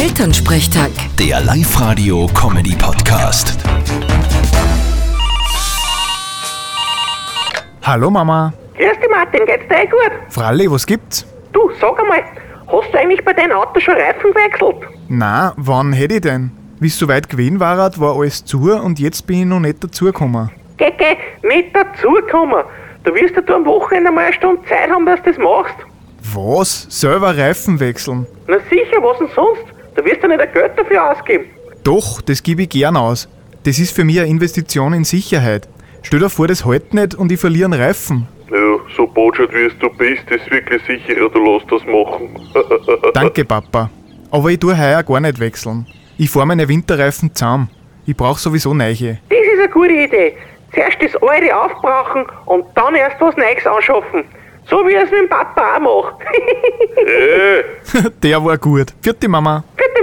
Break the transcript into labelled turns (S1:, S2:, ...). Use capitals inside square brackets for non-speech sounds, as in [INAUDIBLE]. S1: Elternsprechtag.
S2: Der Live-Radio-Comedy-Podcast.
S3: Hallo Mama.
S4: Grüß dich Martin, geht's dir eh gut?
S3: Fralli, was gibt's?
S4: Du, sag einmal, hast du eigentlich bei deinem Auto schon Reifen gewechselt?
S3: Na, wann hätte ich denn? Wie es soweit gewesen war, war alles zu und jetzt bin ich noch nicht dazugekommen.
S4: Geh, geh, nicht dazukommen. Du wirst ja du am Wochenende mal eine Stunde Zeit haben, dass du das machst.
S3: Was? Selber Reifen wechseln?
S4: Na sicher, was denn sonst? Du wirst ja nicht ein Geld dafür ausgeben.
S3: Doch, das gebe ich gern aus. Das ist für mich eine Investition in Sicherheit. Stell dir vor, das hält nicht und ich verliere einen Reifen.
S5: Ja, so botschert wie es du bist, ist wirklich sicherer, du lässt das machen. [LAUGHS]
S3: Danke, Papa. Aber ich tue heuer gar nicht wechseln. Ich fahre meine Winterreifen zusammen. Ich brauche sowieso neue. [LAUGHS]
S4: Das ist eine gute Idee. Zuerst das Eure aufbrauchen und dann erst was Neues anschaffen. So wie er es mit dem Papa auch macht. [LAUGHS]
S5: Äh,
S3: Der war gut. Vierte Mama.
S4: Bitte